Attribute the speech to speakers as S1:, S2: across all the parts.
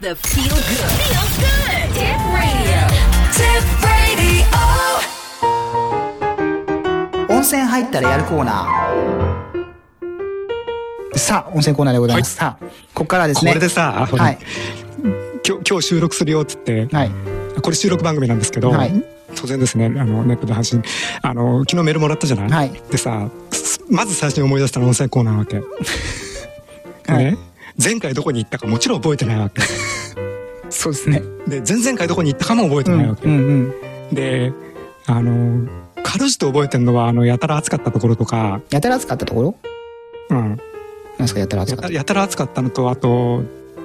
S1: the feel good. Feel good. Tip radio.
S2: Tip radio.
S3: 温泉入ったらやるコーナー。さあ、温泉コーナーでございます。さあ、ここからです
S4: こ
S3: ね。
S4: れでさ、ほら
S3: はい。
S4: 今日今日収録するよっつって、
S3: はい。
S4: これ収録番組なんですけど、
S3: はい
S4: 当然ですねあのネットで発信あの昨日メールもらったじゃない、
S3: はい
S4: でさすまず最初に思い出したの温泉コーナーなわけ、
S3: はい
S4: ね、前回どこに行ったかもちろん覚えてないわけ
S3: そうですね。
S4: で前々回どこに行ったかも覚えて
S3: うん
S4: ないわけ、
S3: うんうん。
S4: であのかろうじて覚えてるのはあのやたら暑かったところとか、
S3: やたら暑かったところ
S4: うん、
S3: なんですか、やたら暑
S4: や
S3: かった
S4: た。やたら暑かったのとあと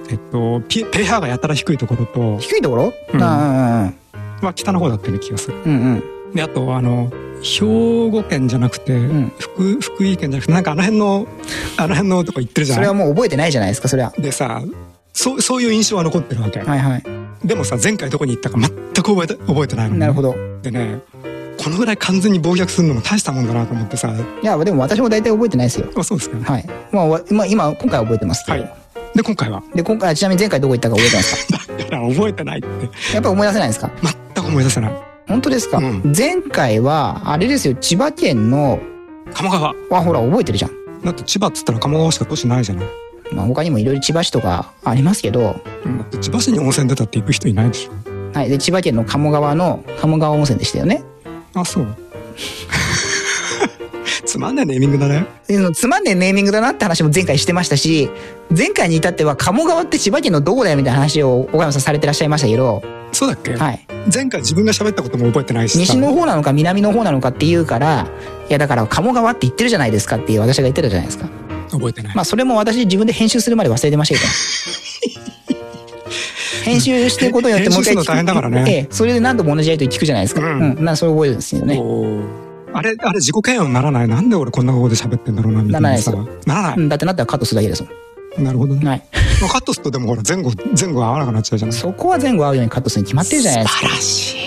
S4: えっと、ピ pH がやたら低いところと
S3: 低いところ
S4: うん
S3: あ
S4: は北の方だったような気がする
S3: あ、うんうん。うん
S4: であとあの兵庫県じゃなくて、
S3: ん
S4: 福福井県じゃなくてなんかあの辺のあの辺のとこ行って
S3: うん。
S4: るじゃ
S3: それ
S4: な
S3: はいもう覚えてないじゃないですか、そりゃ。
S4: でさそうそういう印象は残ってるわけ、
S3: はいはい。
S4: でもさ前回どこに行ったか全く覚えて覚えてないのね
S3: なるほど。
S4: でねこのぐらい完全に傍若するのも大したもんだなと思ってさ
S3: いや、でも私も大体覚えてないですよ。
S4: あそうですか、
S3: はい。まあ、わまあ今、今回は覚えてますけど。
S4: はい、で今回は
S3: で、今回、ちなみに前回どこ行ったか覚えてますか
S4: だから覚えてないって
S3: やっぱ思い出せないですか
S4: 全く思い出せない
S3: 本当ですか、
S4: うん
S3: 前回は、あれですよ、千葉県の、
S4: 鴨川
S3: あ、ほら、覚えてるじゃん。
S4: だって千葉っつったら鴨川しか都市ないじゃない、
S3: まあ、他にもいろいろ千葉市とかありますけど、
S4: だって千葉市に温泉出たって行く人いないでしょ
S3: はい。で、千葉県の鴨川の、鴨川温泉でしたよね。
S4: あそう つまんないネーミングだね
S3: でそのつまんねえネーミングだなって話も前回してましたし、前回に至っては鴨川って千葉県のどこだよみたいな話を岡山さんされてらっしゃいましたけど、
S4: そうだっけ、
S3: はい。
S4: 前回自分が喋ったことも覚えてないしさ
S3: 西の方なのか南の方なのかっていうから、いやだから鴨川って言ってるじゃないですかっていう私が言ってたじゃないですか。
S4: 覚えてない、
S3: まあそれも私自分で編集するまで忘れてましたけど。 編集してることによってもう一回
S4: 編集するの大変だからね
S3: ええ、それで何度も同じやりとり聞くじゃないですか。
S4: う
S3: うんん。なそう覚えるんですよね。
S4: こうあれあれ自己嫌悪にならないなんで俺こんなことで喋ってんだろうなみたいなさ
S3: なら
S4: なら
S3: う
S4: ない、
S3: ん、だってなったらカットするだけですも
S4: なるほど
S3: ん。
S4: ね、
S3: はい。
S4: まあカットするとでもほら前後前後合わなくなっちゃうじゃない
S3: そこは前後合うようにカットするに決まってるじゃないですか。
S4: 素晴らし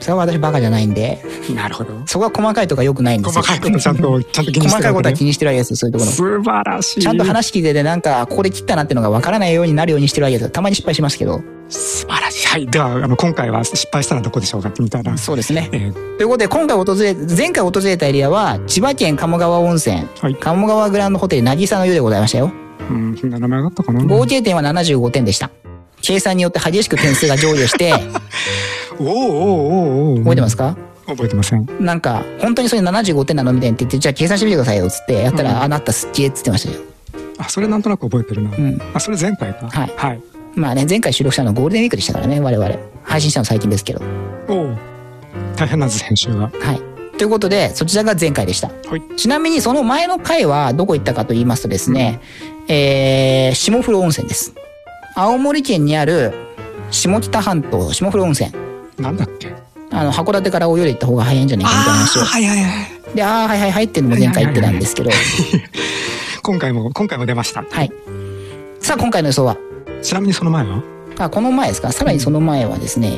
S3: それは私バカじゃないんで、
S4: いなるほど
S3: そこは細かいとか良くないんです
S4: 細
S3: よ。
S4: かいことちゃんとちゃんと気にし
S3: 細
S4: て
S3: かい
S4: る
S3: こと
S4: わけ
S3: は
S4: ね
S3: 気にしてるわけですよ、そういうところ。
S4: 素晴らしい
S3: ちゃんと話聞いてて、なんか、ここで切ったなってのが分からないようになるようにしてるわけですよ。たまに失敗しますけど。
S4: 素晴らしいはいではあの今回は失敗したらどこでしょうかみたいな、
S3: そうですね。
S4: ええ
S3: ということで、今回訪れ、前回訪れたエリアは、千葉県鴨川温泉、
S4: はい
S3: 鴨川グランドホテル渚の湯でございましたよ。
S4: うんそんな名前があったかな
S3: 合計点は75点でした。計算によって激しく点数が上下 して、
S4: おおおうおうおう
S3: 覚えてますか
S4: 覚えてません
S3: なんか、本当にそれ75点なのみたいにって言って、じゃあ計算してみてくださいよ、つって、やったら、あなったすっげえっつってましたよ。
S4: あそれなんとなく覚えてるな、
S3: ん
S4: あそれ前回か
S3: はい
S4: はい、
S3: まあね、前回収録したのはゴールデンウィークでしたからね、我々。配信したの最近ですけど。は
S4: おう大変なんです編集が
S3: い。ということで、そちらが前回でした。
S4: はい
S3: ちなみにその前の回はどこ行ったかと言いますとですね、えー、下風呂温泉です。青森県にある下北半島下風呂温泉。
S4: なんだっけ
S3: あの、函館から泳いで行った方が早いんじゃないかみたいな話を。
S4: はいはいはい
S3: で、ああ、はいはいはいっていうのも前回言ってたんですけど、
S4: 今回も今回も出ました
S3: はい。さあ、今回の予想は
S4: ちなみにその前は
S3: あ、この前ですかさらにその前はですね、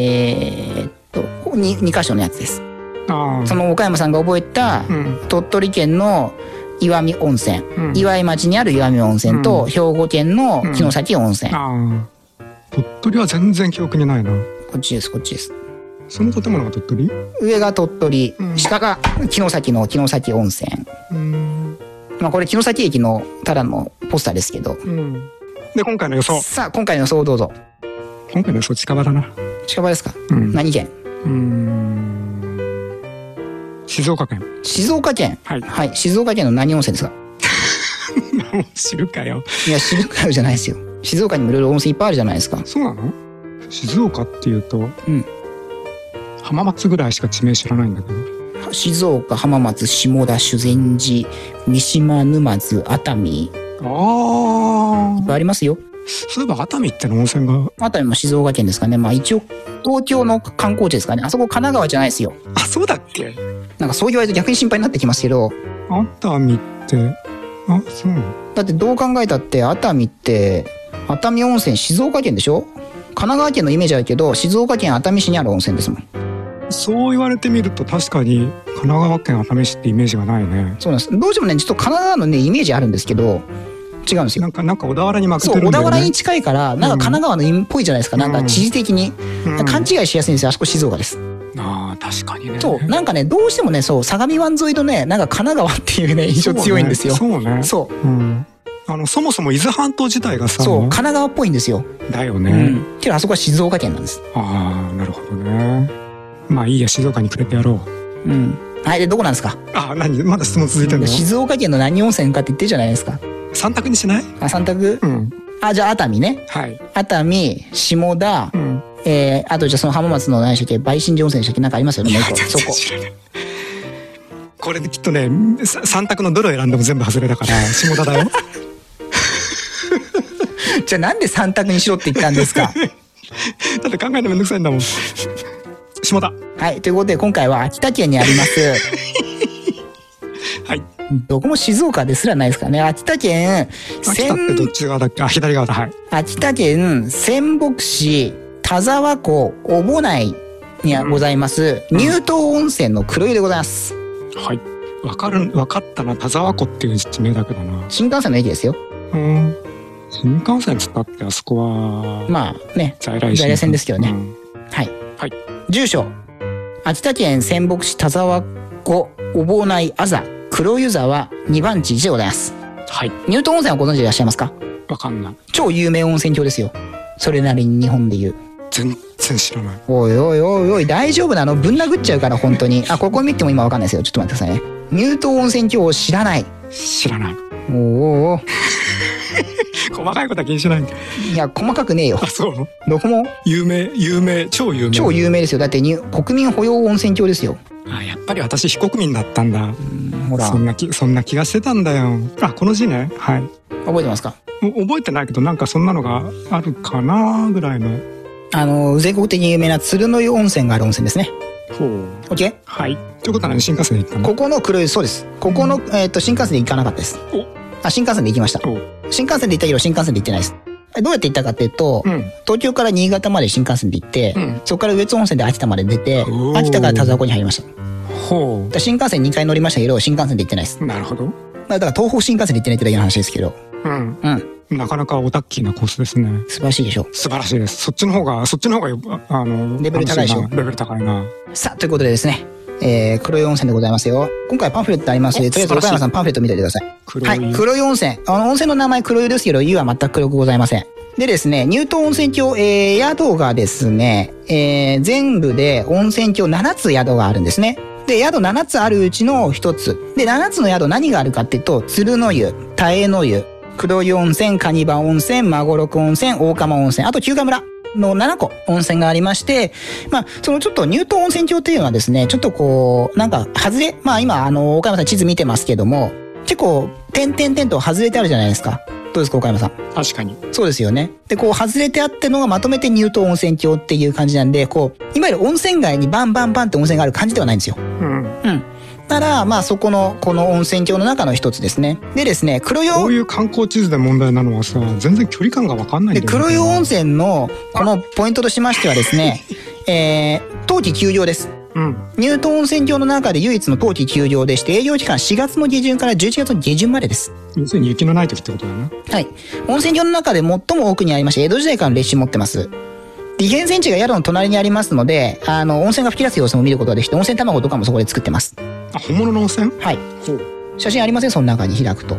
S3: えーっと、2, 2箇所のやつです。
S4: ああ
S3: その岡山さんが覚えた
S4: うん
S3: 鳥取県の岩見温泉、
S4: うん
S3: 岩井町にある岩見温泉と、兵庫県の城崎温泉、
S4: ああ鳥取は全然記憶にないな
S3: こっちですこっちです
S4: その建物が鳥取
S3: 上が鳥取、
S4: うん
S3: 下が城崎の城崎温泉
S4: うん
S3: まあこれ城崎駅のただのポスターですけど
S4: うんで今回の予想
S3: さあ今回の予想をどうぞ
S4: 今回の予想近場だな
S3: 近場ですか、
S4: うん
S3: 何県
S4: うん静岡県
S3: 静岡県
S4: はい
S3: 静岡県の何温泉ですか
S4: もう知るかよ
S3: いや静岡じゃないですよ静岡にもいろいろ温泉いっぱいあるじゃないですか
S4: そうなの静岡っていうと、
S3: うん
S4: 浜松ぐらいしか地名知らないんだけど
S3: 静岡浜松下田修善寺三島沼津熱海いっ
S4: ああ
S3: ぱいありますよ
S4: そういえば熱海っての温泉が
S3: 熱海も静岡県ですかね。まあ一応、東京の観光地ですかね。あそこ神奈川じゃないですよ。
S4: あそうだっけ
S3: なんかそう言われると逆に心配になってきますけど、
S4: 熱海ってあそうなの
S3: だってどう考えたって熱海って、熱海温泉静岡県でしょ神奈川県のイメージあるけど、静岡県熱海市にある温泉ですもん。
S4: そう言われてみると確かに神奈川県熱海市ってイメージがないね
S3: そうなんです。どうしてもね、ちょっと神奈川のね、イメージあるんですけど、違うんです
S4: な
S3: よ。
S4: んか、なんか小田原に負け
S3: そ
S4: て
S3: う、
S4: るん
S3: 小
S4: だ
S3: 田
S4: よね。
S3: 原に近いから、なんか神奈川の意味っぽいじゃないですか。なんか地理的に。
S4: うん
S3: 勘違いしやすいんですよ。あそこ静岡です。
S4: ああ、確かにね。
S3: そう、なんかね、どうしてもね、そう、相模湾沿いのね、なんか神奈川っていうね、印象強いんですよ。
S4: そうね。う
S3: そう、
S4: ねうん。あの、そもそも伊豆半島自体がさ、
S3: そう、神奈川っぽいんですよ。
S4: だよ
S3: う
S4: ね。
S3: ん。けど、あそこは静岡県なんです。
S4: ああ、なるほどね。まあいいや、静岡にくれてやろう。
S3: うん。はい、で、どこなんですか
S4: あ、何まだ質問続いてんの
S3: 静岡県の何温泉かって言ってるじゃないですか。
S4: 三択にしない
S3: あ、三択
S4: うん。
S3: あ、じゃあ、熱海ね。
S4: はい。
S3: 熱海、下田、
S4: うん。
S3: えー、あとじゃあその浜松の何でしたっけ、梅神寺温泉でしたっけなんかありますよね、もう 一個。そこ。
S4: 知らないこれできっとね、さ三択のどれを選んでも全部外れだから、下田 だよ。
S3: じゃあなんで三択にしろって言ったんですか
S4: だって考えるのめんどくさいんだもん。下田。
S3: はい、ということで今回は秋田県にあります、
S4: はい。
S3: どこも静岡ですらないですからね、秋田県、
S4: 秋田ってどっ
S3: 千、
S4: ち側だっけあ、左側だ。はい。
S3: 秋田県仙北市田沢湖小保内にございます、乳頭温泉の黒湯でございます。
S4: はい。わかる、わかったな。田沢湖っていう地名だけどな。
S3: 新幹線の駅ですよ。
S4: うん。新幹線つったって、あそこは、
S3: まあね、
S4: 在来
S3: 在来線ですけどね
S4: うん
S3: はい。
S4: はい。
S3: 住所、秋田県仙北市田沢湖お坊内あざ黒湯沢2番地でございます。
S4: はい。
S3: 乳頭温泉はご存知でいらっしゃいますか
S4: わかんない。
S3: 超有名温泉郷ですよ。それなりに日本で言う。
S4: 全然知らない。
S3: おいおいおいおい、大丈夫なのぶん殴っちゃうから、本当に。あ、ここ見ても今わかんないですよ。ちょっと待ってくださいね。乳頭温泉郷を知らない。
S4: 知らない。
S3: おおお
S4: 細かいことは気にしないんだ。
S3: いや、細かくねえよ
S4: あ、。そう。
S3: どこも
S4: 有名、有名、超有名。
S3: 超有名ですよ。だってに、国民保養温泉郷ですよ。
S4: あ、やっぱり私非国民だったんだ。
S3: ほら、
S4: そ
S3: 覚
S4: んな気、そんな気がしてたんだよ。あ、この字ね。はい。
S3: えてますか
S4: もう覚えてないけど、なんかそんなのがあるかなぐらいの。
S3: あの、全国的に有名な鶴の湯温泉がある温泉ですね。
S4: ほう。
S3: OK?
S4: はい。ということは何新幹線で行ったの
S3: ここの黒い、そうです。ここの、えっ、と、新幹線で行かなかったです。
S4: お
S3: あ、新幹線で行きました。
S4: お
S3: 新幹線で行ったけど、新幹線で行ってないです。えどうやって行ったかっていうと、
S4: うん
S3: 東京から新潟まで新幹線で行って、
S4: うん
S3: そこから上津温泉で秋田まで出て
S4: お、ー
S3: 秋田から田沢湖に入りました。だか
S4: ほ
S3: ら新幹線2回乗りましたけど、新幹線で行ってないです。
S4: う。なるほど。
S3: まあだから東北新幹線で行ってないってだけの話ですけど、
S4: うん。
S3: うん。
S4: なかなかオタッキーなコースですね。
S3: 素晴らしいでしょう。
S4: 素晴らしいです。そっちの方が、そっちの方が、ああの、
S3: レベル高いでしょ
S4: 楽なレベル高いな。
S3: さあ、ということでですね、えー、黒い温泉でございますよ。今回パンフレットありますので、
S4: お
S3: とりあえず
S4: 素晴らし
S3: 岡
S4: い
S3: 山さんパンフレット見ておいてください。
S4: 黒い
S3: はい、黒湯温泉。あの、温泉の名前黒湯ですけど、湯は全く黒くございません。でですね、乳頭温泉郷、えー、宿がですね、えー、全部で温泉郷7つ宿があるんですね。で、宿7つあるうちの1つ。で、7つの宿何があるかっていうと、鶴の湯、田江の湯、黒湯温泉、カニバ温泉、孫六温泉、大釜温泉、あと旧河村。の7個温泉がありまして、まあ、そのちょっと乳頭温泉郷っていうのはですね、ちょっとこう、なんか、外れ、まあ今、あの、岡山さん地図見てますけども、結構、点々点と外れてあるじゃないですか。どうですか、岡山さん。
S4: 確かに。
S3: そうですよね。で、こう、外れてあってのがまとめて乳頭温泉郷っていう感じなんで、こう、いわゆる温泉街にバンバンバンって温泉がある感じではないんですよ。
S4: うん。
S3: うん。ただ、まあ、そこの、この温泉郷の中の一つですね。でですね、黒
S4: こう
S3: 湯、
S4: いう観光地図で問題なのはさ、全然距離感がわかんないん
S3: で、
S4: だよね。
S3: 黒湯温泉の、このポイントとしましてはですね、えー、冬季休業です。
S4: うん。
S3: 乳頭温泉郷の中で唯一の冬季休業でして、営業期間4月の下旬から11月の下旬までです。
S4: 要するに雪のない時ってことだな。
S3: はい。温泉郷の中で最も奥にありまして、江戸時代からの歴史を持ってます。で源泉地が宿の隣にありますので、あの、温泉が噴き出す様子も見ることができて、温泉卵とかもそこで作ってます。
S4: あ、本物の温泉
S3: はい。
S4: ほう。
S3: 写真ありませんその中に開くと。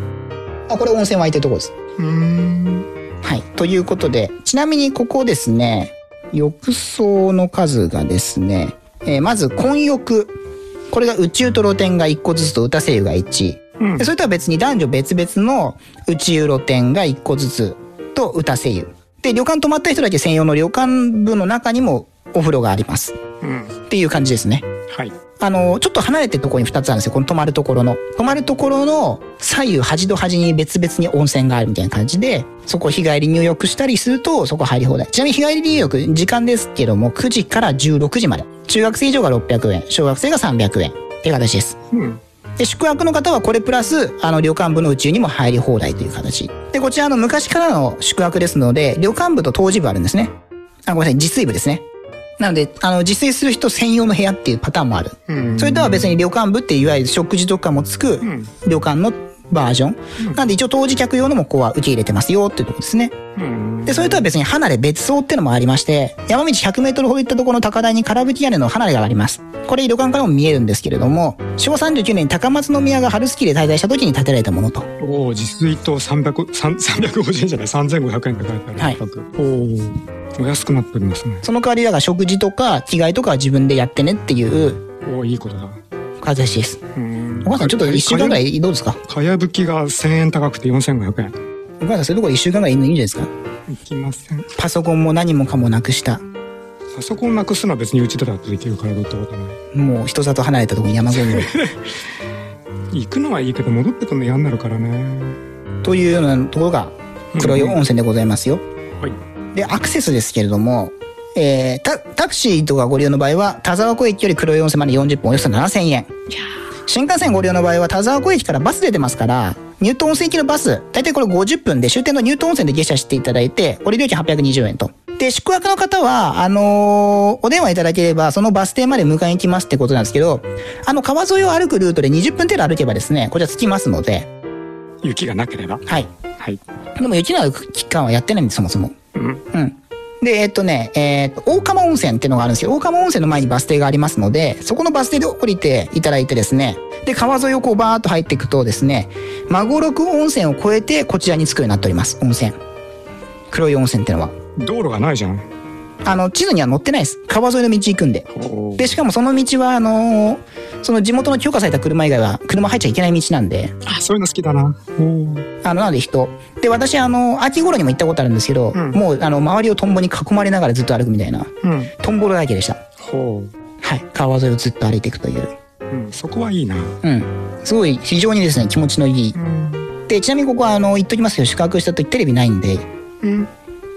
S3: あ、これ温泉湧いてるとこです。
S4: うーん。
S3: はい。ということで、ちなみにここですね、浴槽の数がですね、えーまず、混浴。これが宇宙と露天が1個ずつと歌声優が1。
S4: うん
S3: でそれとは別に男女別々の宇宙露天が1個ずつと歌声優。で、旅館泊まった人だけ専用の旅館部の中にもお風呂があります。
S4: うん。
S3: っていう感じですね。
S4: はい。
S3: あの、ちょっと離れてるところに2つあるんですよ。この泊まるところの。泊まるところの左右端と端に別々に温泉があるみたいな感じで、そこ日帰り入浴したりすると、そこ入り放題。ちなみに日帰り入浴、時間ですけども、9時から16時まで。中学生以上が600円、小学生が300円。っていう形です。
S4: うん。
S3: で、宿泊の方はこれプラス、あの、旅館部の宇宙にも入り放題という形。で、こちら、あの、昔からの宿泊ですので、旅館部と当時部あるんですね。あ、ごめんなさい、自炊部ですね。なので、あの、自炊する人専用の部屋っていうパターンもある。
S4: うん
S3: それとは別に旅館部っていわゆる食事とかもつく
S4: ん
S3: 旅館のバージョン。なんで一応当時客用のもこうは受け入れてますよっていうところですね。
S4: うん
S3: で、それとは別に離れ別荘ってのもありまして、山道100メートルほど行ったところの高台に空吹き屋根の離れがあります。これ、旅館からも見えるんですけれども、昭和39年に高松宮が春月で滞在した時に建てられたものと。
S4: おお自炊と300 350円じゃない3500円か書いてある、
S3: はい
S4: おおお安くなっておりますね
S3: その代わりだから食事とか着替えとかは自分でやってねっていう
S4: おおいいことだ
S3: 形です。
S4: うん
S3: お母さん、ちょっと1週間ぐらいどうですか
S4: かやぶきが1000円高くて4500円
S3: お母さん、そういうところ1週間ぐらいいいんじゃないですか
S4: いきません
S3: パソコンも何もかもなくした。
S4: パソコンなくすのは別にうちでだってできるからどうってことはな
S3: もう人里離れたところに山小屋に。
S4: い行くのはいいけど戻ってくるの嫌になるからね
S3: というようなところが黒湯温泉でございますよ。
S4: はい
S3: で、アクセスですけれども、えー、タタクシーとかご利用の場合は、田沢湖駅より黒い温泉まで40分およそ7000円。新幹線ご利用の場合は、田沢湖駅からバス出てますから、ニュートン温泉行きのバス、大体これ50分で終点のニュートン温泉で下車していただいて、おり料金820円と。で、宿泊の方は、あのーお電話いただければ、そのバス停まで迎えに来ますってことなんですけど、あの、川沿いを歩くルートで20分程度歩けばですね、こちら着きますので、
S4: 雪がなければ
S3: はい。
S4: はい
S3: でも雪のある期間はやってないんです、そもそも。
S4: うん
S3: うん。で、えっとね、えっと、大釜温泉っていうのがあるんですけど、大釜温泉の前にバス停がありますので、そこのバス停で降りていただいてですね、で、川沿いをこうバーっと入っていくとですね、孫六温泉を越えてこちらに着くようになっております、温泉。黒い温泉ってのは。
S4: 道路がないじゃん
S3: あの、地図には載ってないです。川沿いの道行くんで。
S4: お
S3: で、しかもその道は、あのーその地元の許可された車以外は、車入っちゃいけない道なんで、
S4: あそういうの好きだなおお
S3: あの、なので人。で、私、あの、秋頃にも行ったことあるんですけど、
S4: うん
S3: もう、あの、周りをトンボに囲まれながらずっと歩くみたいな、
S4: うん
S3: トンボだらけでした。
S4: ほ
S3: はい。川沿いをずっと歩いていくという。
S4: う、うん、そこはいいな
S3: うん。すごい、非常にですね、気持ちのいい。で、ちなみにここは、あの、言っときますけど、宿泊した時テレビないんで、
S4: うん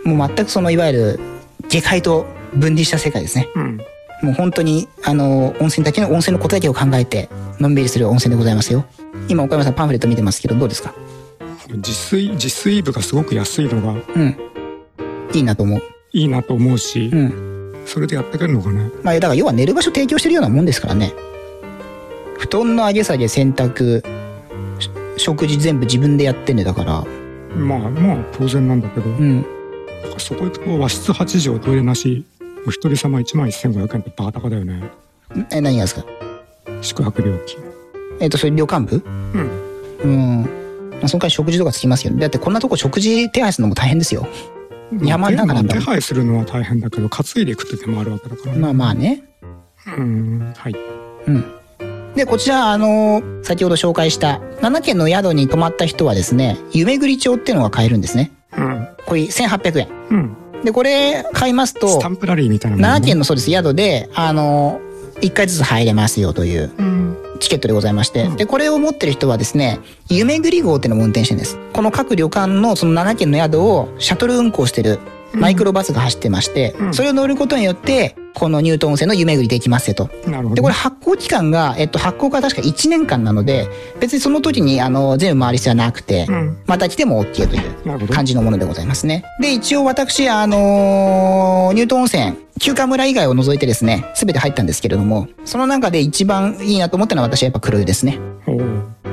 S3: もう全くその、いわゆる、下界と分離した世界ですね。
S4: うん
S3: もう本当に、あの、温泉だけの、温泉のことだけを考えて、のんびりする温泉でございますよ。今、岡山さんパンフレット見てますけど、どうですか
S4: 自炊自炊部がすごく安いのが
S3: うん。いいなと思う。
S4: いいなと思うし、
S3: うん。
S4: それでやってくれるのかね
S3: まあ、だから要は寝る場所提供してるようなもんですからね。布団の上げ下げ、洗濯、し食事全部自分でやってんねだから。
S4: まあまあ当然なんだけど、
S3: うん。
S4: そこ行くと和室8畳トイレなしお一人様1万1500円ってバカ高だよね
S3: え、何がですか
S4: 宿泊料金
S3: えっ、と、それ旅館部
S4: うん
S3: うん。まあ、その代わり食事とかつきますけど、だってこんなとこ食事手配するのも大変ですよ。山の中なんだも
S4: 手
S3: ん
S4: 配するのは大変だけど担いでいくって手もあるわけだからね、
S3: まあまあね。
S4: うんはい
S3: うん。で、こちら、あのー先ほど紹介した、7軒の宿に泊まった人はですね、夢ぐり帳っていうのが買えるんですね。
S4: うん
S3: これ1800円。
S4: うん
S3: で、これ買いますと、
S4: スタンプラリーみたいなもん
S3: 奈良県のそうです宿で、あの、1回ずつ入れますよというチケットでございまして、で、これを持ってる人はですね、夢ぐり号っていうのも運転してるんです。この各旅館のその奈良県の宿をシャトル運行してるマイクロバスが走ってまして、
S4: ん
S3: それを乗ることによって、このニュートン温泉の夢ぐりできますよと。
S4: なるほ
S3: で、
S4: ど
S3: これ発行期間が、えっと、発行から確か1年間なので、別にその時に、あの、全部回り必要はなくて、
S4: うん
S3: また来ても OK とい
S4: なるほ
S3: う
S4: ど
S3: 感じのものでございますね。で、一応私、あのーニュートン温泉、休暇村以外を除いてですね、すべて入ったんですけれども、その中で一番いいなと思ったのは私はやっぱ黒湯ですね。
S4: おう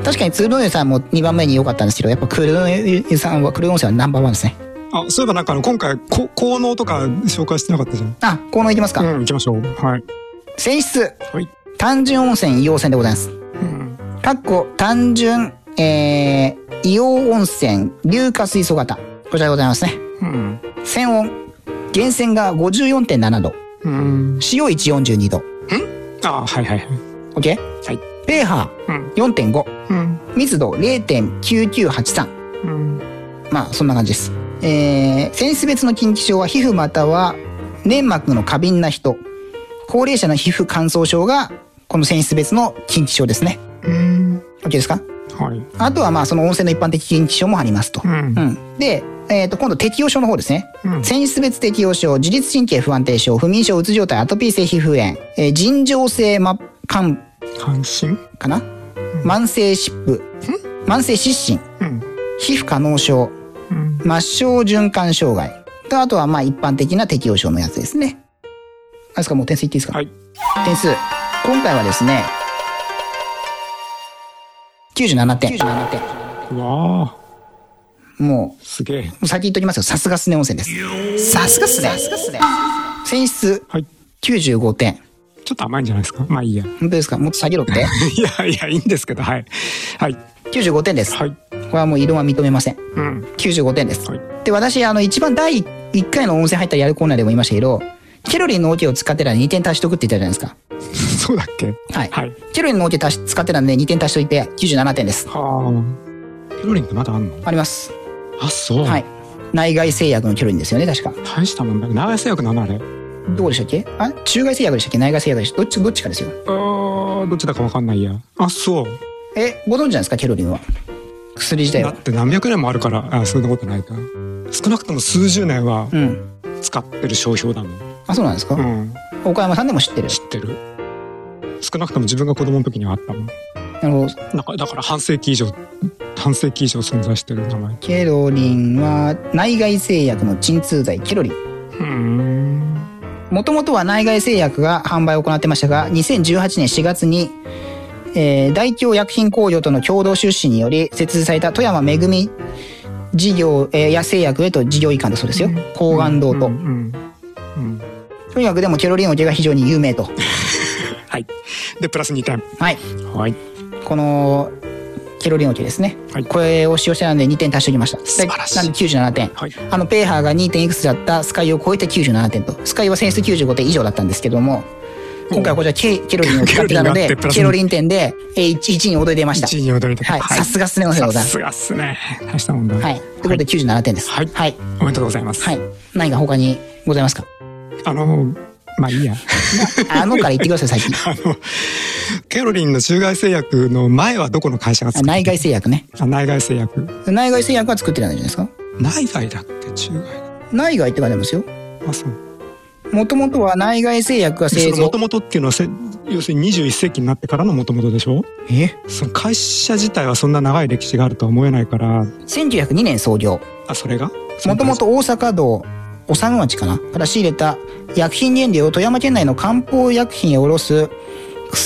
S3: 確かに鶴の湯さんも2番目に良かったんですけど、やっぱ黒湯さんは、黒湯温泉はナンバーワンですね。
S4: あそういえばなんかあの今回こ効能とか紹介してなかったじゃん
S3: あ、この行きますか。
S4: うん行きましょうはい
S3: 泉質、
S4: はい
S3: 単純温泉、硫黄泉でございます。
S4: うん
S3: かっこ単純、えー、硫黄温泉、硫化水素型。こちらでございますね。
S4: うん
S3: 泉温。源泉が54.7度。
S4: うん
S3: 使用142度。
S4: あはいはいはい
S3: OK?
S4: はい
S3: ペーハ
S4: うん
S3: ー4.5。
S4: うん
S3: 密度0.9983。
S4: うん
S3: まあ、そんな感じです。えー、性質別の近畿症は皮膚または粘膜の過敏な人。高齢者の皮膚乾燥症が、この性質別の近畿症ですね。
S4: うん。
S3: OK ですか
S4: はい。
S3: あとはまあ、その温泉の一般的近畿症もありますと。
S4: ん
S3: うん。で、えっ、と、今度適応症の方ですね。
S4: うん
S3: 繊維質別適応症、自律神経不安定症、不眠症、うつ状態、アトピー性皮膚炎、えー尋常性末間
S4: 関心
S3: かな慢性疾風、慢性湿疹、
S4: うん。
S3: 皮膚可能症、
S4: うん。
S3: 末梢循環障害。と、あとはまあ一般的な適応症のやつですね。あれですか、もう点数いっていいですか
S4: はい。
S3: 点数。今回はですね、97点。97点。
S4: うわ
S3: も
S4: ーすげえ。
S3: う、先言っときますよ。さすがすね温泉です。さすがっすね。さすがすね。泉質
S4: はい。
S3: 95点。
S4: ちょっと甘いんじゃないですかまあいいや。
S3: 本当ですかもっと下げろって。
S4: いやいや、いいんですけど、はい。はい。
S3: 95点です。
S4: はい。
S3: これはもう異論は認めません。
S4: うん。
S3: 95点です。
S4: はい
S3: で、私、あの、一番第1回の温泉入ったらやるコーナーでも言いましたけど、ケロリンのオ、ケを使ってたら2点足しとくって言ったじゃないですか。
S4: そうだっけ
S3: はい。
S4: はい。
S3: ケロリンのオ、ケ足し使ってたんで2点足しといて97点です。
S4: はあ。ケロリンってまだあんの
S3: あります。
S4: あ、そう。
S3: はい。内外製薬のケロリンですよね、確か。
S4: 大したもんだ。長屋製薬なのあれ。あ
S3: どこでしたっけあ中外製薬でしたっけ内外製薬でしたどっち、どっちかですよ。
S4: ー、どっちだかわかんないや。あ、そう。
S3: え、ご存知なんですかケロリンは。薬自体
S4: だ
S3: は
S4: っ。て何百年もあるから、あ、そんなことないか。少なくとも数十年は
S3: うん。
S4: 使ってる商標だもん。
S3: あ、そうなんですか、
S4: うん。
S3: 岡山さんでも知ってる。
S4: 知ってる。少なくとも自分が子供の時にはあったもん。
S3: なるほど。
S4: なんかだから半世紀以上、半世紀以上存在してる名前。
S3: ケロリンは内外製薬の鎮痛剤ケロリン。
S4: うーん。
S3: もともとは内外製薬が販売を行ってましたが、2018年4月に、えー大京薬品工業との共同出資により設立された富山めぐみ事業、えーや製薬へと事業移管だそうですよ。抗がん堂と。
S4: うん。うん。
S3: とにかくでもケロリンオケが非常に有名と。
S4: はい。で、プラス2点。
S3: はい。
S4: はい。
S3: この、ケロリンオケですね。
S4: はい
S3: これを使用してたんで2点足しておきました。
S4: 素晴らしい
S3: でなんで97点。
S4: はい。
S3: あの、ペーハーが 2. 点いくつだったスカイを超えて97点と。スカイはセンス95点以上だったんですけども、今回はこちらケケロ リンを使ってたので
S4: ケロリンがあってプ、ラス
S3: ケロリン点でえー 1, 1位に踊り出ました。
S4: 1位に踊りた
S3: はい。さすがっすね、お世話でござ
S4: さ
S3: います。
S4: すがっすね。大したもんだ。
S3: はい。ということで97点です。
S4: はい
S3: はい。
S4: おめでとうございます。
S3: はい。何か他にございますか
S4: あの、まあい いや。
S3: あのから言ってください、最 近。
S4: あの、ケロリンの中外製薬の前はどこの会社が
S3: あ
S4: 作っ
S3: 内外製薬ね。
S4: あ内外製薬。
S3: 内外製薬は作ってないんじゃないですか
S4: 内外だって中外
S3: 内外って書いてますよ。
S4: あ、そう。
S3: もともとは内外製薬が
S4: でそ
S3: 製
S4: のも
S3: 造
S4: と。もとっていうのはせ、要するに21世紀になってからのもともとでしょ
S3: え
S4: その会社自体はそんな長い歴史があるとは思えないから、
S3: ?1902 年創業。
S4: あ、それが
S3: もともと大阪道、おさむ町かなから仕入れた薬品原料を富山県内の漢方薬品へ卸す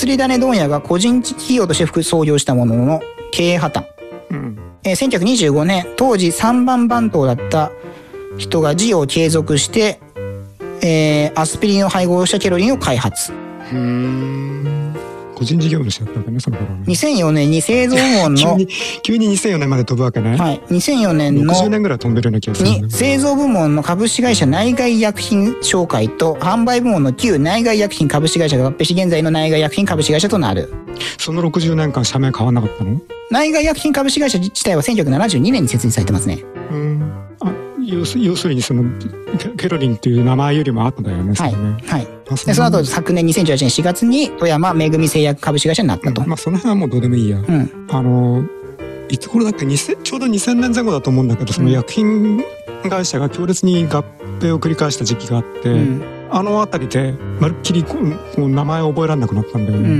S3: 薬種問屋が個人企業として副創業したものの経営破綻。
S4: うん。
S3: えー1925年、当時3番番頭だった人が事業を継続して、えーアスピリンを配合したケロリンを開発。
S4: 個人事業主だったんだね、その頃はね。
S3: 2004年に製造部 門
S4: 急
S3: の、
S4: に、急に2004年まで飛ぶわけね。
S3: はい、2004年の
S4: 60年ぐらい飛んでるような気がするんだ
S3: に
S4: け
S3: 製造部門の株式会社内外薬品紹介と販売部門の旧内外薬品株式会社が合併し現在の内外薬品株式会社となる
S4: どその60年間社名変わんなかったの
S3: 内外薬品株式会社自体は1972年に設立されてますね
S4: うん。あ、要す要するにその、ケケロリンっていう名前よりも後だよね、そ
S3: は
S4: れ
S3: い
S4: ね。
S3: はい
S4: あそう
S3: でその
S4: なんだ
S3: 後昨年2018年4月に富山めぐみ製薬株式会社になったと
S4: うんまあその辺はもうどうでもいいや。
S3: うん
S4: あのいつ頃だっけ2000ちょうど2000年前後だと思うんだけどその薬品会社が強烈に合併を繰り返した時期があって、
S3: うん
S4: あの辺りでまるっきりこうこう名前を覚えられなくなったんだよ
S3: う
S4: ね。
S3: ん
S4: う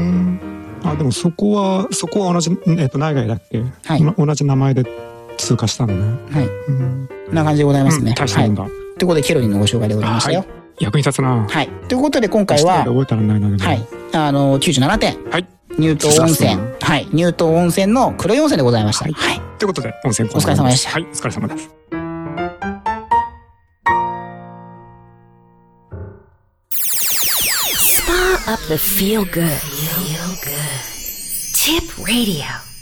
S4: んあでもそこはそこは同じ、えっと内外だっけ、
S3: はい
S4: お同じ名前で通過したのね。
S3: はい
S4: うん
S3: こんな感じでございます
S4: う
S3: ね
S4: ん、大した
S3: は
S4: も
S3: い
S4: んだ。
S3: ということでケロリンのご紹介でございましたよ
S4: はい役に立つな。
S3: はいということで今回
S4: は
S3: は
S4: 覚えたらないなでも
S3: はいあの97点
S4: はい。
S3: 乳頭温泉
S4: そうそう
S3: はい乳頭温泉の黒い温泉でございましたはい
S4: ということで温泉お
S3: お疲れ様でした
S4: はいお疲れ様です。
S1: Spa up the feel good. Feel good. Tip radio.